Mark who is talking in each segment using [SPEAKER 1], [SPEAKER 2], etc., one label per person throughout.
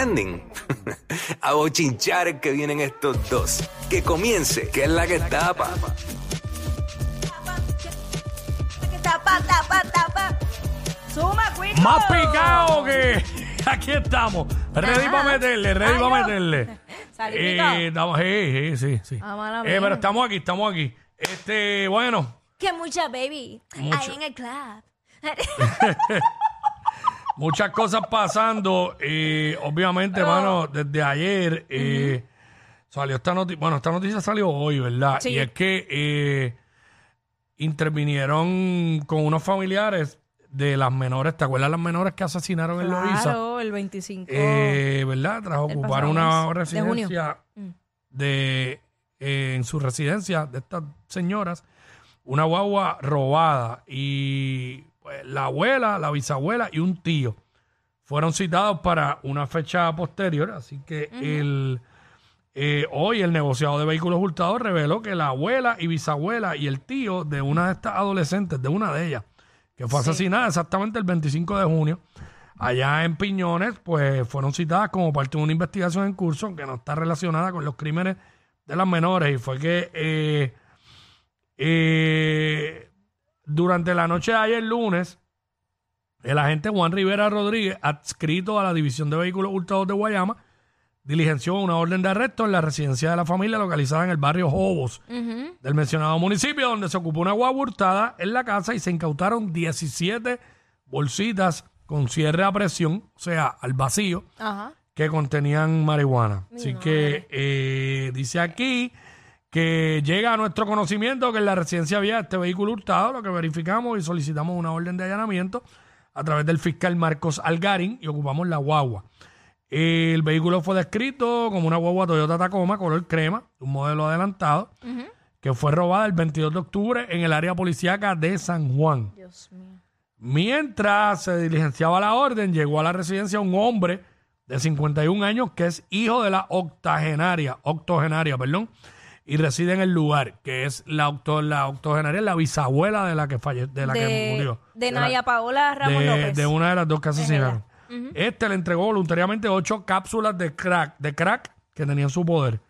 [SPEAKER 1] Ending. A bochinchar que vienen estos dos. Que comience, que es la que tapa.
[SPEAKER 2] Tapa, tapa, tapa. Suma, cuico.
[SPEAKER 3] Más picado que aquí estamos. Ready
[SPEAKER 2] Ajá.
[SPEAKER 3] para meterle, ready
[SPEAKER 2] Ay, yo.
[SPEAKER 3] para meterle.
[SPEAKER 2] Salí picado.
[SPEAKER 3] Eh, estamos, sí, sí, sí, sí.
[SPEAKER 2] Ah, mala
[SPEAKER 3] Eh, pero
[SPEAKER 2] mía.
[SPEAKER 3] estamos aquí, estamos aquí. Este, bueno,
[SPEAKER 2] Que mucha baby.
[SPEAKER 3] Mucho.
[SPEAKER 2] Ahí en el club.
[SPEAKER 3] muchas cosas pasando. eh, obviamente, hermano, desde ayer eh, salió esta noticia. Bueno, esta noticia salió hoy, ¿verdad?
[SPEAKER 2] Sí.
[SPEAKER 3] Y es que eh, intervinieron con unos familiares de las menores. ¿Te acuerdas las menores que asesinaron en Loíza?
[SPEAKER 4] Claro, el 25.
[SPEAKER 3] eh, ¿verdad? Tras
[SPEAKER 4] del
[SPEAKER 3] ocupar
[SPEAKER 4] pasado
[SPEAKER 3] una
[SPEAKER 4] mes de
[SPEAKER 3] residencia
[SPEAKER 4] Mm.
[SPEAKER 3] de, eh, en su residencia de estas señoras, una guagua robada y pues, la abuela, la bisabuela y un tío fueron citados para una fecha posterior, así que el eh, hoy el negociado de vehículos hurtados reveló que la abuela y bisabuela y el tío de una de estas adolescentes, de una de ellas, que fue asesinada exactamente el 25 de junio, allá en Piñones, pues fueron citadas como parte de una investigación en curso que no está relacionada con los crímenes de las menores. Y fue que eh, eh, durante la noche de ayer lunes, el agente Juan Rivera Rodríguez, adscrito a la División de Vehículos Hurtados de Guayama, diligenció una orden de arresto en la residencia de la familia localizada en el barrio Jobos del mencionado municipio, donde se ocupó una guagua hurtada en la casa y se incautaron 17 bolsitas con cierre a presión, o sea, al vacío,
[SPEAKER 4] Ajá.
[SPEAKER 3] que contenían marihuana. Así que eh, dice aquí que llega a nuestro conocimiento que en la residencia había este vehículo hurtado, lo que verificamos y solicitamos una orden de allanamiento a través del fiscal Marcos Algarín y ocupamos la guagua. El vehículo fue descrito como una guagua Toyota Tacoma color crema, un modelo adelantado, que fue robada el 22 de octubre en el área policíaca de San Juan.
[SPEAKER 4] Dios mío.
[SPEAKER 3] Mientras se diligenciaba la orden, llegó a la residencia un hombre de 51 años que es hijo de la octogenaria, octogenaria, perdón, y reside en el lugar, que es la, octo- la octogenaria, es la bisabuela de la que falle, de la que murió.
[SPEAKER 4] de
[SPEAKER 3] la-
[SPEAKER 4] Naya Paola Ramos
[SPEAKER 3] de,
[SPEAKER 4] López.
[SPEAKER 3] de una de las dos que asesinaron. Este le entregó voluntariamente ocho cápsulas de crack, de crack que tenía en su poder.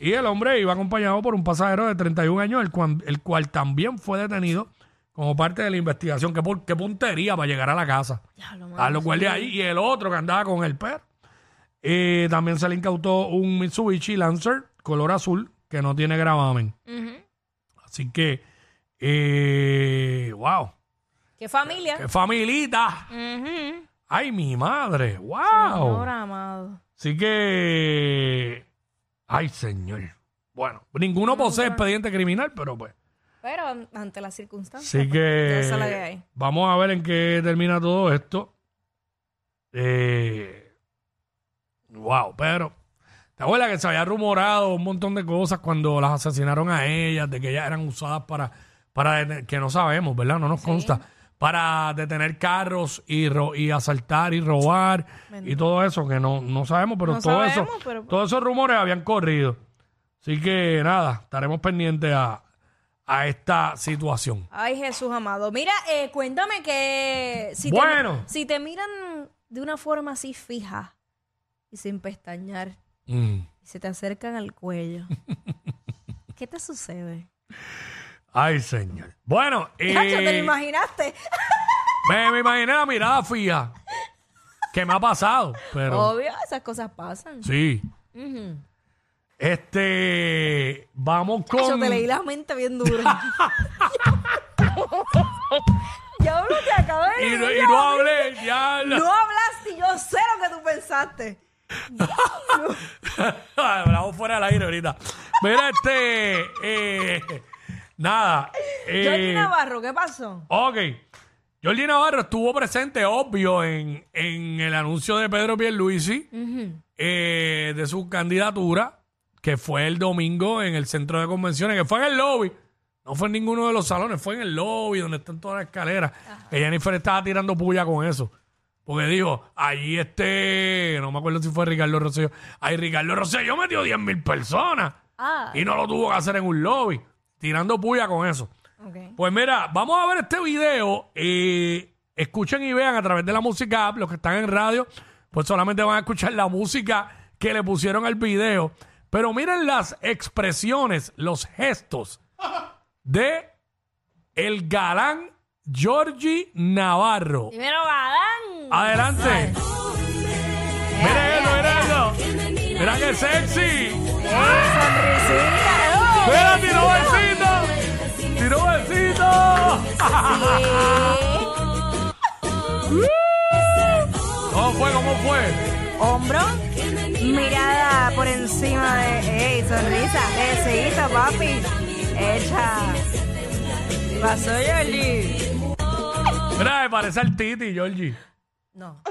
[SPEAKER 3] Y el hombre iba acompañado por un pasajero de 31 años, el cual, el cual también fue detenido como parte de la investigación. Qué, pul- qué puntería para llegar a la casa.
[SPEAKER 4] Diablo, mano.
[SPEAKER 3] A los guardias ahí y el otro que andaba con el perro. Eh, también se le incautó un Mitsubishi Lancer color azul que no tiene gravamen.
[SPEAKER 4] Ujú.
[SPEAKER 3] Así que, eh, wow.
[SPEAKER 4] ¿Qué familia?
[SPEAKER 3] ¡Qué familita!
[SPEAKER 4] Ujú.
[SPEAKER 3] ¡Ay, mi madre!
[SPEAKER 4] Señor
[SPEAKER 3] ¡Wow!
[SPEAKER 4] amado.
[SPEAKER 3] Así que. ¡Ay, señor! Bueno, ninguno posee expediente criminal, pero pues.
[SPEAKER 4] Pero an- ante las circunstancias. pues,
[SPEAKER 3] Así
[SPEAKER 4] Ya esa es la que
[SPEAKER 3] que.
[SPEAKER 4] hay.
[SPEAKER 3] Vamos a ver en qué termina todo esto. Eh, ¡Wow! Pero. ¿Te acuerdas que se había rumorado un montón de cosas cuando las asesinaron a ellas, de que ellas eran usadas para. para detener- que no sabemos, ¿verdad? No nos consta. Para detener carros y, ro- y asaltar y robar y todo eso, que no, no sabemos, pero
[SPEAKER 4] No
[SPEAKER 3] todo eso.
[SPEAKER 4] sabemos, pero- pues
[SPEAKER 3] Todos esos rumores habían corrido. Así que nada, estaremos pendientes a, a esta situación.
[SPEAKER 4] Ay, Jesús amado. Mira, eh, cuéntame que si,
[SPEAKER 3] Bueno.
[SPEAKER 4] te, si te miran de una forma así fija y sin pestañear
[SPEAKER 3] Mm.
[SPEAKER 4] y se te acercan al cuello, ¿qué te sucede?
[SPEAKER 3] Ay, señor. Bueno,
[SPEAKER 4] Chacho, ¿Te lo
[SPEAKER 3] eh,
[SPEAKER 4] imaginaste?
[SPEAKER 3] me, me imaginé la mirada fija. que me ha pasado, pero
[SPEAKER 4] Obvio, esas cosas pasan.
[SPEAKER 3] sí.
[SPEAKER 4] Ujú.
[SPEAKER 3] Este, vamos
[SPEAKER 4] Yo
[SPEAKER 3] con...
[SPEAKER 4] te leí la mente bien dura. ya hablo, te acabo de
[SPEAKER 3] y,
[SPEAKER 4] leer
[SPEAKER 3] no, y
[SPEAKER 4] la
[SPEAKER 3] no
[SPEAKER 4] mente.
[SPEAKER 3] hablé, ya.
[SPEAKER 4] No hablaste y yo sé lo que tú pensaste.
[SPEAKER 3] Hablamos fuera del aire ahorita. Mira, este... eh, nada. eh,
[SPEAKER 4] Jordi Navarro, ¿qué pasó?
[SPEAKER 3] Ok. Jordi Navarro estuvo presente, obvio, en, en el anuncio de Pedro Pierluisi eh, de su candidatura que fue el domingo en el centro de convenciones, que fue en el lobby. No fue en ninguno de los salones, fue en el lobby donde están todas las escaleras. Que Jennifer estaba tirando puya con eso. Porque dijo, ahí este, no me acuerdo si fue Ricardo Rosselló, ahí Ricardo Rosselló metió 10 mil personas
[SPEAKER 4] Ah,
[SPEAKER 3] y no lo tuvo que hacer en un lobby, tirando puya con eso.
[SPEAKER 4] ok.
[SPEAKER 3] Pues mira, vamos a ver este video. eh, escuchen y vean a través de la música app, los que están en radio, pues solamente van a escuchar la música que le pusieron al video. Pero miren las expresiones, los gestos de el galán Georgie Navarro.
[SPEAKER 4] Primero Galán.
[SPEAKER 3] Adelante. Mira eso, mira eso. Mira qué sexy. Mira, tiró besito. Tiró besito. ¿Cómo fue? ¿Cómo fue?
[SPEAKER 4] Hombro. Mirada por encima de. ¡Ey, sonrisa! ¡Besito, papi! ¡Echa! Pasó, Yoli.
[SPEAKER 3] Mira, me parece al Titi, Georgie.
[SPEAKER 4] No.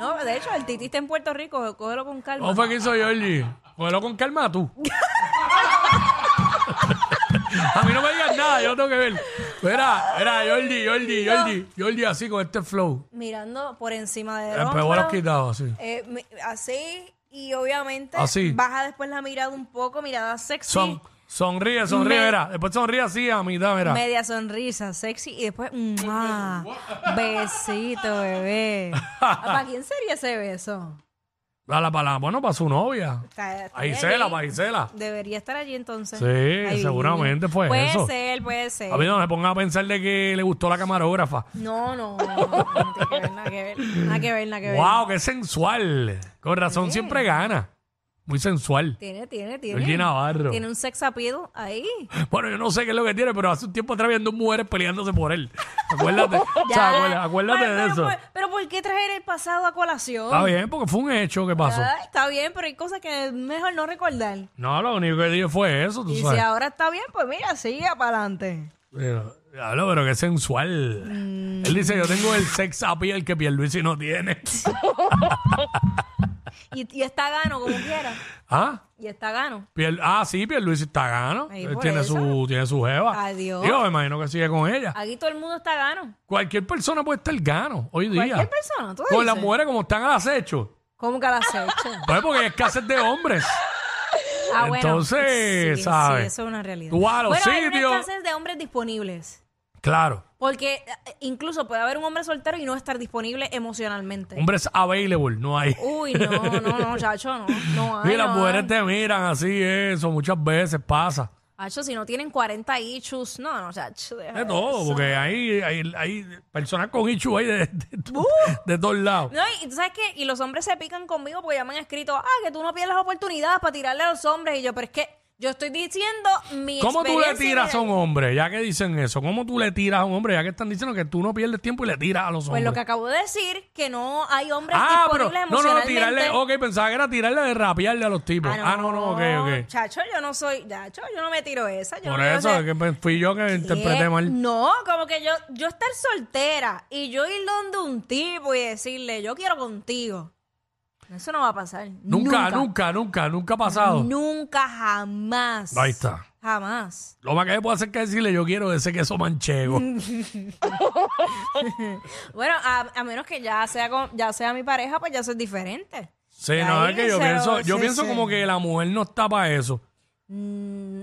[SPEAKER 4] No, de hecho, el tití está en Puerto Rico. Cógelo con calma.
[SPEAKER 3] ¿Cómo fue que hizo Georgie? Cógelo con calma tú. A mí no me digas nada, yo no tengo que ver. Mira, mira, Georgie, Georgie, Georgie, Georgie así con este flow.
[SPEAKER 4] Mirando por encima de.
[SPEAKER 3] El pegó los quitado, sí.
[SPEAKER 4] Eh, mi- así y obviamente
[SPEAKER 3] Así.
[SPEAKER 4] baja después la mirada un poco, mirada sexy,
[SPEAKER 3] Son, Sonríe, sonríe,
[SPEAKER 4] Me-
[SPEAKER 3] verá. Después sonríe así a mitad, verá.
[SPEAKER 4] media sonrisa, sexy y después ¡mua! besito, bebé. ¿Para quién sería ese beso?
[SPEAKER 3] A la palabra, bueno, para su novia.
[SPEAKER 4] Está- está
[SPEAKER 3] A Gisela,
[SPEAKER 4] allí.
[SPEAKER 3] para Gisela.
[SPEAKER 4] Debería estar allí entonces.
[SPEAKER 3] Sí,
[SPEAKER 4] Ay,
[SPEAKER 3] seguramente fue
[SPEAKER 4] puede
[SPEAKER 3] eso.
[SPEAKER 4] Puede ser, puede ser.
[SPEAKER 3] A mí no me ponga a pensar de que le gustó la camarógrafa.
[SPEAKER 4] No, no, no, no, no tiene que ver, nada que ver, nada que ver, nada que ver.
[SPEAKER 3] ¡Wow! ¡Qué sensual! Con razón siempre gana. Muy sensual.
[SPEAKER 4] Tiene, tiene, tiene.
[SPEAKER 3] Georgie Navarro.
[SPEAKER 4] Tiene un sex appeal ahí.
[SPEAKER 3] Bueno, yo no sé qué es lo que tiene, pero hace un tiempo atrás viendo mujeres peleándose por él. Acuérdate. o sea,
[SPEAKER 4] Ya. pues,
[SPEAKER 3] acuérdate, acuérdate
[SPEAKER 4] Pero-
[SPEAKER 3] de
[SPEAKER 4] pero
[SPEAKER 3] eso.
[SPEAKER 4] por- pero ¿por qué traer el pasado a colación?
[SPEAKER 3] Está bien, porque fue un hecho que pasó.
[SPEAKER 4] Ay, Ah, está bien, pero hay cosas que es mejor no recordar.
[SPEAKER 3] No, lo único que dije fue eso, tú
[SPEAKER 4] Y si
[SPEAKER 3] sabes.
[SPEAKER 4] ahora está bien, pues mira, sigue para adelante.
[SPEAKER 3] Pero, hablo, pero qué sensual.
[SPEAKER 4] Mm.
[SPEAKER 3] Él dice, yo tengo el sex appeal que Pierluisi no tiene.
[SPEAKER 4] Y, y está gano, como quiera.
[SPEAKER 3] ¿Ah?
[SPEAKER 4] Y está gano.
[SPEAKER 3] Pier- ah, sí, Pierluisi está gano.
[SPEAKER 4] Ahí
[SPEAKER 3] Él
[SPEAKER 4] por
[SPEAKER 3] tiene
[SPEAKER 4] eso.
[SPEAKER 3] su, tiene su jeva.
[SPEAKER 4] Adiós.
[SPEAKER 3] Digo, me imagino que sigue con ella.
[SPEAKER 4] Aquí todo el mundo está gano.
[SPEAKER 3] Cualquier persona puede estar gano hoy día.
[SPEAKER 4] Cualquier persona, tú
[SPEAKER 3] Con las
[SPEAKER 4] dices.
[SPEAKER 3] mujeres como están al acecho.
[SPEAKER 4] ¿Cómo que la has hecho?
[SPEAKER 3] Pues porque hay escasez de hombres.
[SPEAKER 4] Ah, bueno.
[SPEAKER 3] Entonces,
[SPEAKER 4] sí,
[SPEAKER 3] ¿sabes?
[SPEAKER 4] Sí, eso es una realidad.
[SPEAKER 3] Tú vas a los
[SPEAKER 4] bueno, hay
[SPEAKER 3] sitios.
[SPEAKER 4] una escasez de hombres disponibles.
[SPEAKER 3] Claro.
[SPEAKER 4] Porque eh, incluso puede haber un hombre soltero y no estar disponible emocionalmente.
[SPEAKER 3] Hombres available, no hay.
[SPEAKER 4] Uy, no, no, no, chacho, no. No hay.
[SPEAKER 3] y las
[SPEAKER 4] no
[SPEAKER 3] mujeres
[SPEAKER 4] hay.
[SPEAKER 3] te miran así, eso, muchas veces pasa.
[SPEAKER 4] Chacho, si no tienen 40 ichus, no, no, chacho. deja
[SPEAKER 3] De todo,
[SPEAKER 4] eso.
[SPEAKER 3] porque hay, hay, hay personas con ichu ahí de, de, de- de todos lados.
[SPEAKER 4] No, y tú sabes que y los hombres se pican conmigo porque ya me han escrito, ah, que tú no pierdes las oportunidades para tirarle a los hombres. Y yo, pero es que yo estoy diciendo mi
[SPEAKER 3] ¿Cómo tú le
[SPEAKER 4] experiencia y
[SPEAKER 3] tiras
[SPEAKER 4] mi-
[SPEAKER 3] a un hombre? Ya que dicen eso, ¿cómo tú le tiras a un hombre? Ya que están diciendo que tú no pierdes tiempo y le tiras a los
[SPEAKER 4] Pues
[SPEAKER 3] hombres.
[SPEAKER 4] lo que acabo de decir, que no hay hombres
[SPEAKER 3] ah, pero
[SPEAKER 4] disponibles
[SPEAKER 3] no, no, no,
[SPEAKER 4] emocionalmente.
[SPEAKER 3] tirarle. Ok, pensaba que era tirarle de rapearle a los tipos. Ah, no, no, ok, ok.
[SPEAKER 4] Chacho, yo no soy, chacho, yo no me tiro esa. Yo
[SPEAKER 3] Por
[SPEAKER 4] no quiero
[SPEAKER 3] eso
[SPEAKER 4] ser-
[SPEAKER 3] es que me- fui yo que interpreté
[SPEAKER 4] ¿Qué?
[SPEAKER 3] mal.
[SPEAKER 4] No, como que yo, yo estar soltera y yo ir donde un tipo y decirle, yo quiero contigo. Eso no va a pasar.
[SPEAKER 3] Nunca, nunca, nunca, nunca ha pasado.
[SPEAKER 4] Nunca, jamás.
[SPEAKER 3] Ahí está.
[SPEAKER 4] Jamás.
[SPEAKER 3] Lo más que puedo hacer es que decirle, yo quiero ese queso manchego.
[SPEAKER 4] Mm. Bueno, a, a menos que ya sea con- ya sea mi pareja, pues ya eso es diferente.
[SPEAKER 3] Sí,
[SPEAKER 4] Ahí
[SPEAKER 3] no, es que yo
[SPEAKER 4] se lo-
[SPEAKER 3] pienso, yo
[SPEAKER 4] sí,
[SPEAKER 3] pienso
[SPEAKER 4] sí. Mm.
[SPEAKER 3] como que la mujer no está para eso.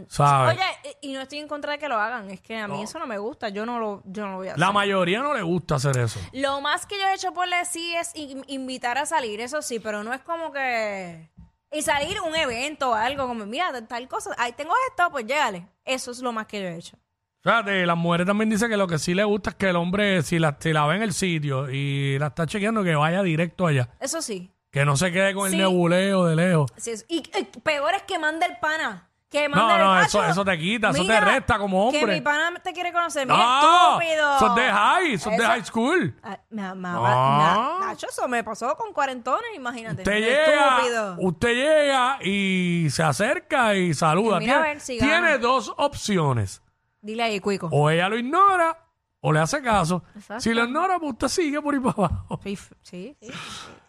[SPEAKER 3] ¿Sabes?
[SPEAKER 4] Oye, y y no estoy en contra de que lo hagan, es que a mí eso no me gusta, yo no lo, yo no lo voy a hacer.
[SPEAKER 3] La mayoría no le gusta hacer eso.
[SPEAKER 4] Lo más que yo he hecho por le sí es in- invitar a salir, eso sí, pero no es como que... Y salir a un evento o algo, como, mira, tal cosa, ahí tengo esto, pues llégale. Eso es lo más que yo he hecho.
[SPEAKER 3] Fíjate, las mujeres también dicen que lo que sí le gusta es que el hombre, si la, si la ve en el sitio y la está chequeando, que vaya directo allá.
[SPEAKER 4] Eso sí.
[SPEAKER 3] Que no se quede con
[SPEAKER 4] Sí.
[SPEAKER 3] el nebuleo de lejos.
[SPEAKER 4] sí, es- y, y peor es que mande el pana. Que
[SPEAKER 3] No,
[SPEAKER 4] mande el
[SPEAKER 3] no,
[SPEAKER 4] "Ah,
[SPEAKER 3] eso-
[SPEAKER 4] yo-
[SPEAKER 3] eso te quita, eso te resta como
[SPEAKER 4] Que
[SPEAKER 3] hombre".
[SPEAKER 4] mi pana te quiere conocer, mira,
[SPEAKER 3] ¡No!
[SPEAKER 4] estúpido.
[SPEAKER 3] Sos de high, sos de
[SPEAKER 4] Eso-
[SPEAKER 3] high school.
[SPEAKER 4] Ah, ma- ma-
[SPEAKER 3] No.
[SPEAKER 4] ma- na- Nacho, eso me pasó con cuarentones, imagínate.
[SPEAKER 3] Usted
[SPEAKER 4] Estúpido.
[SPEAKER 3] Ah. llega, usted llega y se acerca y saluda.
[SPEAKER 4] Y mira a
[SPEAKER 3] Tiene-
[SPEAKER 4] ver si gana.
[SPEAKER 3] tiene dos opciones.
[SPEAKER 4] Dile ahí, Cuico.
[SPEAKER 3] O ella lo ignora o le hace caso.
[SPEAKER 4] Exacto.
[SPEAKER 3] Si lo ignora, pues usted sigue por ahí para abajo.
[SPEAKER 4] Sí, sí. sí.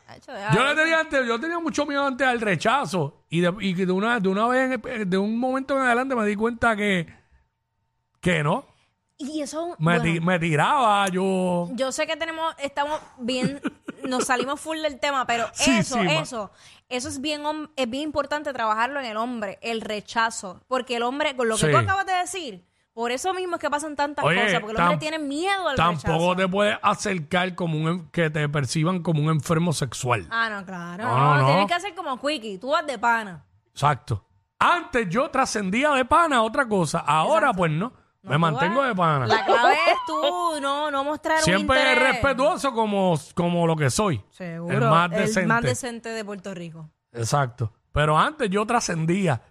[SPEAKER 4] Hacho, deja-
[SPEAKER 3] Yo le tenía antes, yo tenía mucho miedo antes al rechazo. Y de, y que de una, de una vez, en- de un momento en adelante me di cuenta que, que no.
[SPEAKER 4] Y eso.
[SPEAKER 3] Me,
[SPEAKER 4] bueno,
[SPEAKER 3] ti- me tiraba yo.
[SPEAKER 4] yo sé que tenemos, estamos bien, nos salimos full del tema, pero
[SPEAKER 3] Sí,
[SPEAKER 4] eso,
[SPEAKER 3] sí, ma.
[SPEAKER 4] eso, eso es bien, hom- es bien importante trabajarlo en el hombre, el rechazo, porque el hombre, con lo que
[SPEAKER 3] Sí.
[SPEAKER 4] tú acabas de decir, por eso mismo es que pasan tantas
[SPEAKER 3] Oye,
[SPEAKER 4] cosas, porque el hombre
[SPEAKER 3] tam-
[SPEAKER 4] tiene miedo al
[SPEAKER 3] Tampoco
[SPEAKER 4] rechazo.
[SPEAKER 3] te puedes acercar como un, en- que te perciban como un enfermo sexual.
[SPEAKER 4] Ah, no, claro,
[SPEAKER 3] No,
[SPEAKER 4] no,
[SPEAKER 3] no, no.
[SPEAKER 4] tienes que hacer como Quickie, tú vas de pana.
[SPEAKER 3] Exacto. Antes yo trascendía de pana a otra cosa. Ahora, pues no. Me mantengo de pana.
[SPEAKER 4] La clave es tú, no, no mostrar un
[SPEAKER 3] Siempre
[SPEAKER 4] interés.
[SPEAKER 3] respetuoso como, como lo que soy.
[SPEAKER 4] Seguro.
[SPEAKER 3] El más
[SPEAKER 4] El
[SPEAKER 3] decente.
[SPEAKER 4] más decente de Puerto Rico.
[SPEAKER 3] Exacto. Pero antes yo trascendía.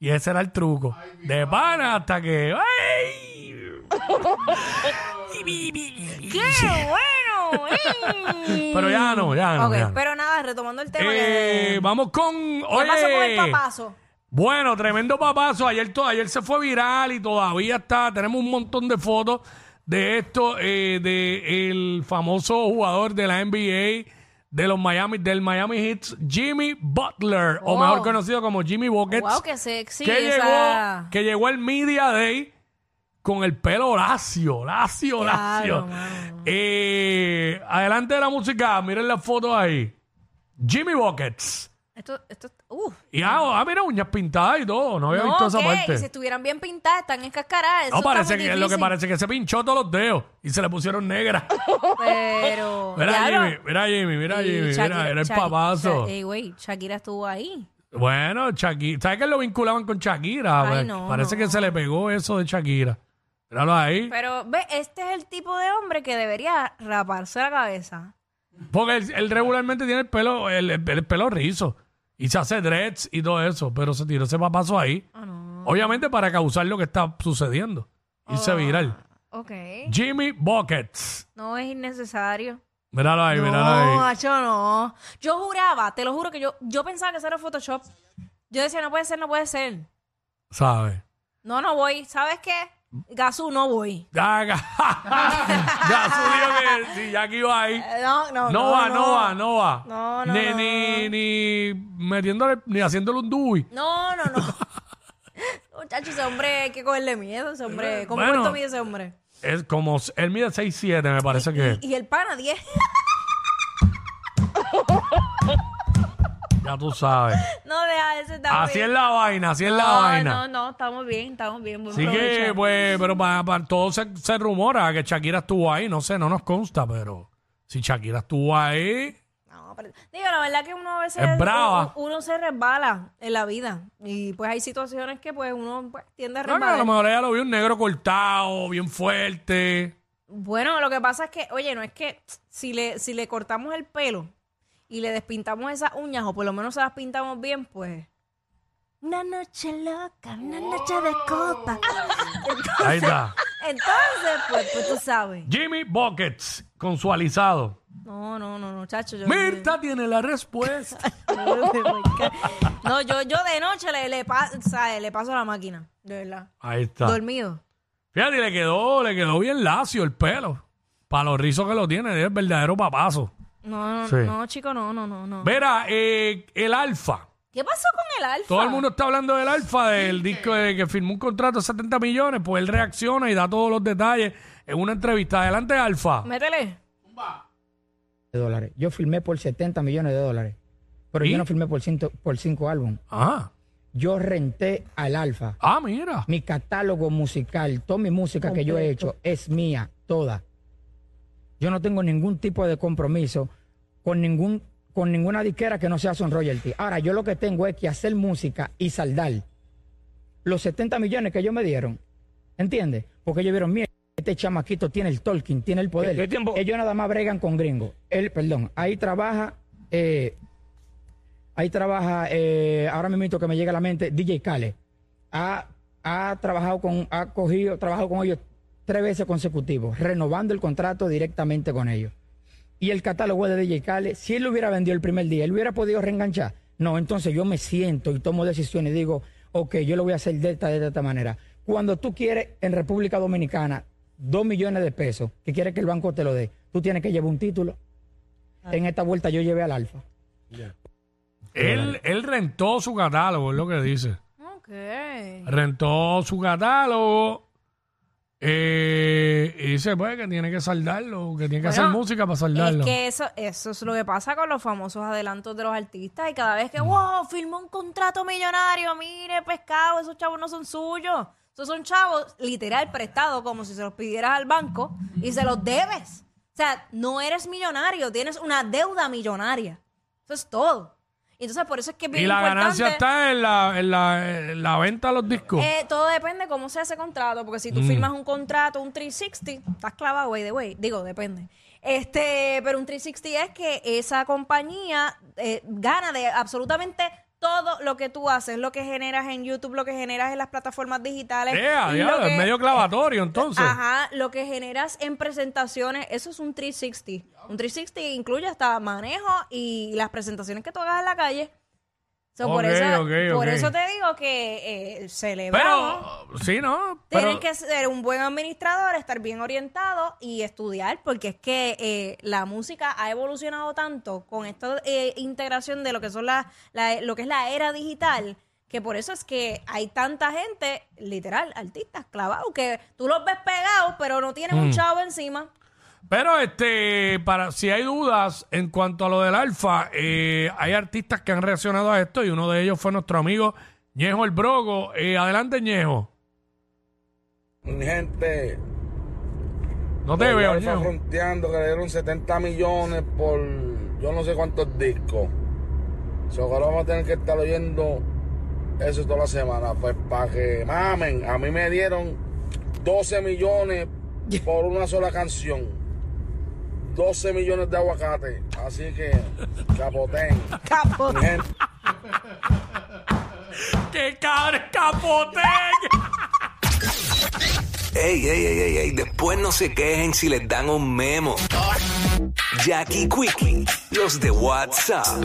[SPEAKER 3] Y ese era el truco. de pana hasta que. ¡Ay!
[SPEAKER 4] ¡Qué bueno! ¡Ey!
[SPEAKER 3] Pero ya no, ya no.
[SPEAKER 4] Ok, pues,
[SPEAKER 3] ya no.
[SPEAKER 4] pero nada, retomando el tema.
[SPEAKER 3] Eh, pues,
[SPEAKER 4] que-
[SPEAKER 3] vamos con. Oye,
[SPEAKER 4] ¿Qué pasó con el papazo?
[SPEAKER 3] Bueno, tremendo papazo. Ayer, to- ayer se fue viral y todavía está. Tenemos un montón de fotos de esto, eh, de el famoso jugador de la NBA de los Miami, del Miami Heat, Jimmy Butler, o
[SPEAKER 4] Wow.
[SPEAKER 3] mejor conocido como Jimmy Buckets.
[SPEAKER 4] Wow, qué sexy
[SPEAKER 3] que,
[SPEAKER 4] esa-
[SPEAKER 3] llegó, que llegó el Media Day con el pelo lacio, lacio,
[SPEAKER 4] Claro,
[SPEAKER 3] lacio. Eh, adelante de la música, miren las fotos ahí. Jimmy Buckets.
[SPEAKER 4] Esto, esto, uf.
[SPEAKER 3] Y ah, ah, mira, uñas pintadas y todo. No había
[SPEAKER 4] No,
[SPEAKER 3] visto esa
[SPEAKER 4] ok,
[SPEAKER 3] parte.
[SPEAKER 4] y si estuvieran bien pintadas, están
[SPEAKER 3] No,
[SPEAKER 4] encascaradas. eso está
[SPEAKER 3] parece
[SPEAKER 4] muy
[SPEAKER 3] que lo que
[SPEAKER 4] difícil.
[SPEAKER 3] parece que se pinchó todos los dedos y se le pusieron negras.
[SPEAKER 4] Pero.
[SPEAKER 3] Mira
[SPEAKER 4] Claro.
[SPEAKER 3] Jimmy, mira Jimmy, mira
[SPEAKER 4] Y
[SPEAKER 3] Jimmy, mira,
[SPEAKER 4] Shakira-
[SPEAKER 3] era el
[SPEAKER 4] Shakira-
[SPEAKER 3] papazo.
[SPEAKER 4] Sha- eh. Ey, güey, Shakira estuvo ahí.
[SPEAKER 3] Bueno, Shakira, ¿sabes que lo vinculaban con Shakira?
[SPEAKER 4] Ay,
[SPEAKER 3] Pues,
[SPEAKER 4] no,
[SPEAKER 3] parece
[SPEAKER 4] no.
[SPEAKER 3] que se le pegó eso de Shakira. Míralo ahí.
[SPEAKER 4] Pero ve, este es el tipo de hombre que debería raparse la cabeza.
[SPEAKER 3] Porque él, él regularmente tiene el pelo, el, el- el pelo rizo. Y se hace dreads y todo eso. Pero se tiró ese papazo ahí.
[SPEAKER 4] Ah, no. Ah.
[SPEAKER 3] Obviamente para causar lo que está sucediendo. Irse viral.
[SPEAKER 4] Ok.
[SPEAKER 3] Jimmy Buckets.
[SPEAKER 4] No es innecesario.
[SPEAKER 3] Míralo ahí, míralo
[SPEAKER 4] no,
[SPEAKER 3] ahí.
[SPEAKER 4] macho, no. Yo juraba, te lo juro que yo, yo pensaba que eso era Photoshop. Yo decía, no puede ser, no puede ser.
[SPEAKER 3] ¿Sabes?
[SPEAKER 4] No, no voy. ¿Sabes qué? Gasú, no voy.
[SPEAKER 3] Ya, ya, ya subió que si Jackie va ahí.
[SPEAKER 4] Eh, No,
[SPEAKER 3] No,
[SPEAKER 4] no, no.
[SPEAKER 3] va, no, va, no va.
[SPEAKER 4] No, no,
[SPEAKER 3] ni,
[SPEAKER 4] no,
[SPEAKER 3] ni, ni metiéndole, ni haciéndole un dui.
[SPEAKER 4] No, no, no. Muchacho, ese hombre hay que cogerle miedo, ese hombre. ¿Cómo
[SPEAKER 3] Bueno.
[SPEAKER 4] cuánto mide ese hombre?
[SPEAKER 3] Es como, él mide 6'7 me parece que. es.
[SPEAKER 4] Y el pana 10.
[SPEAKER 3] Ya tú sabes.
[SPEAKER 4] no deja ese está muy
[SPEAKER 3] Así es
[SPEAKER 4] bien.
[SPEAKER 3] la vaina, así es la
[SPEAKER 4] no,
[SPEAKER 3] vaina.
[SPEAKER 4] No, no, estamos bien, estamos bien. buen
[SPEAKER 3] Así que,
[SPEAKER 4] provecho.
[SPEAKER 3] pues, pero para, todo se, se rumora que Shakira estuvo ahí, no sé, no nos consta, pero si Shakira estuvo ahí,
[SPEAKER 4] No, pero- digo, la verdad que uno a veces
[SPEAKER 3] Es brava.
[SPEAKER 4] u- uno se resbala en la vida. Y pues hay situaciones que pues uno pues, tiende a
[SPEAKER 3] no, no, ah, a
[SPEAKER 4] resbalar.
[SPEAKER 3] lo mejor ella lo vio un negro cortado, bien fuerte.
[SPEAKER 4] Bueno, lo que pasa es que, oye, no es que si le, si le cortamos el pelo y le despintamos esas uñas, o por lo menos se las pintamos bien, pues.
[SPEAKER 2] Una noche loca, una noche de copa.
[SPEAKER 3] Ahí está.
[SPEAKER 4] Entonces, pues, pues tú sabes.
[SPEAKER 3] Jimmy Buckets, con su alisado.
[SPEAKER 4] No, no, no, no, chacho. Yo,
[SPEAKER 3] Mirta tiene la respuesta.
[SPEAKER 4] No, yo, yo de noche le, le, pa- ¿sabes? le paso la máquina, de verdad.
[SPEAKER 3] Ahí está.
[SPEAKER 4] Dormido.
[SPEAKER 3] Fíjate, le quedó, le quedó bien lacio el pelo. Para los rizos que lo tiene, es el verdadero papazo.
[SPEAKER 4] No, no,
[SPEAKER 3] Sí.
[SPEAKER 4] no, chico, no, no, no, no.
[SPEAKER 3] Verá, eh, el alfa.
[SPEAKER 4] ¿Qué pasó con el alfa?
[SPEAKER 3] Todo el mundo está hablando del Alfa, del disco de que firmó un contrato de 70 millones, pues él reacciona y da todos los detalles en una entrevista. Adelante, Alfa.
[SPEAKER 4] Métele.
[SPEAKER 5] de dólares. Yo firmé por 70 millones de dólares. Pero
[SPEAKER 3] ¿Y?
[SPEAKER 5] yo no firmé por, ciento, por cinco álbumes.
[SPEAKER 3] Ah,
[SPEAKER 5] Yo renté al Alfa.
[SPEAKER 3] ah, mira.
[SPEAKER 5] Mi catálogo musical, toda mi música que yo he hecho es mía, toda. Yo no tengo ningún tipo de compromiso con ningún con ninguna disquera que no sea son royalty. Ahora, yo lo que tengo es que hacer música y saldar los 70 millones que ellos me dieron. ¿Entiendes? Porque ellos vieron, mira, este chamaquito tiene el talking, tiene el poder. Ellos nada más bregan con gringos. Él, perdón, ahí trabaja, eh, ahí trabaja, eh, ahora mismo que me llega a la mente, DJ Khaled. Ha, ha trabajado con, ha cogido, trabajado con ellos tres veces consecutivos, renovando el contrato directamente con ellos. Y el catálogo de DJ Khaled, si él lo hubiera vendido el primer día, él hubiera podido reenganchar. No, entonces yo me siento y tomo decisiones y digo, ok, yo lo voy a hacer de esta, de esta manera. Cuando tú quieres en República Dominicana dos millones de pesos, que quieres que el banco te lo dé, tú tienes que llevar un título. En esta vuelta yo llevé al alfa.
[SPEAKER 3] Él, él rentó su catálogo, es lo que dice.
[SPEAKER 4] Ok.
[SPEAKER 3] Rentó su catálogo eh, y dice pues que tiene que saldarlo, que tiene que hacer
[SPEAKER 4] Bueno,
[SPEAKER 3] música para
[SPEAKER 4] Es
[SPEAKER 3] saldarlo.
[SPEAKER 4] que eso, eso es lo que pasa con los famosos adelantos de los artistas. Y cada vez
[SPEAKER 3] Mm.
[SPEAKER 4] que, wow, firmó un contrato millonario, mire, pescado, esos chavos no son suyos. Esos son chavos literal prestados, como si se los pidieras al banco y se los debes. O sea, no eres millonario, tienes una deuda millonaria. Eso es todo. Y entonces, por eso es que es bien
[SPEAKER 3] y la
[SPEAKER 4] importante-
[SPEAKER 3] ganancia está en la, en, la, en la venta de los discos.
[SPEAKER 4] Eh, todo depende de cómo sea ese contrato, porque
[SPEAKER 3] Mm.
[SPEAKER 4] si tú firmas un contrato, un 360, estás clavado, way de way. Digo, depende. Este, pero un 360 es que esa compañía eh, gana de absolutamente todo lo que tú haces, lo que generas en YouTube, lo que generas en las plataformas digitales.
[SPEAKER 3] Ea,
[SPEAKER 4] lo
[SPEAKER 3] diablo,
[SPEAKER 4] que-
[SPEAKER 3] Eh, es medio clavatorio entonces.
[SPEAKER 4] Ajá, lo que generas en presentaciones, eso es un 360. Un 360 incluye hasta manejo y las presentaciones que tú hagas en la calle. So, por
[SPEAKER 3] Ok,
[SPEAKER 4] eso,
[SPEAKER 3] ok,
[SPEAKER 4] por
[SPEAKER 3] ok.
[SPEAKER 4] eso te digo que eh, celebramos.
[SPEAKER 3] Pero, sí, ¿no?
[SPEAKER 4] Tienes
[SPEAKER 3] Pero,
[SPEAKER 4] que ser un buen administrador, estar bien orientado y estudiar, porque es que eh, la música ha evolucionado tanto con esta eh, integración de lo que son la, la- lo que es la era digital, que por eso es que hay tanta gente, literal, artistas clavados, que tú los ves pegados, pero no tienen un chavo encima.
[SPEAKER 3] pero este, para si hay dudas en cuanto a lo del alfa, eh, hay artistas que han reaccionado a esto y uno de ellos fue nuestro amigo Ñejo el Brogo. Eh, adelante, Ñejo.
[SPEAKER 6] Mi gente.
[SPEAKER 3] No te
[SPEAKER 6] los
[SPEAKER 3] veo,
[SPEAKER 6] Alfa
[SPEAKER 3] Ñejo.
[SPEAKER 6] fronteando que le dieron 70 millones por yo no sé cuántos discos. So, que ahora vamos a tener que estar oyendo eso toda la semana. Pues para que mamen, a mí me dieron 12 millones por una sola canción. 12 millones de aguacate. Así que, capoten. Mi gente.
[SPEAKER 3] ¡Qué cabrón, capote!
[SPEAKER 1] Ey, ey, ey, ey, ey, después no se quejen si les dan un memo. Jackie Quickie, los de WhatsApp.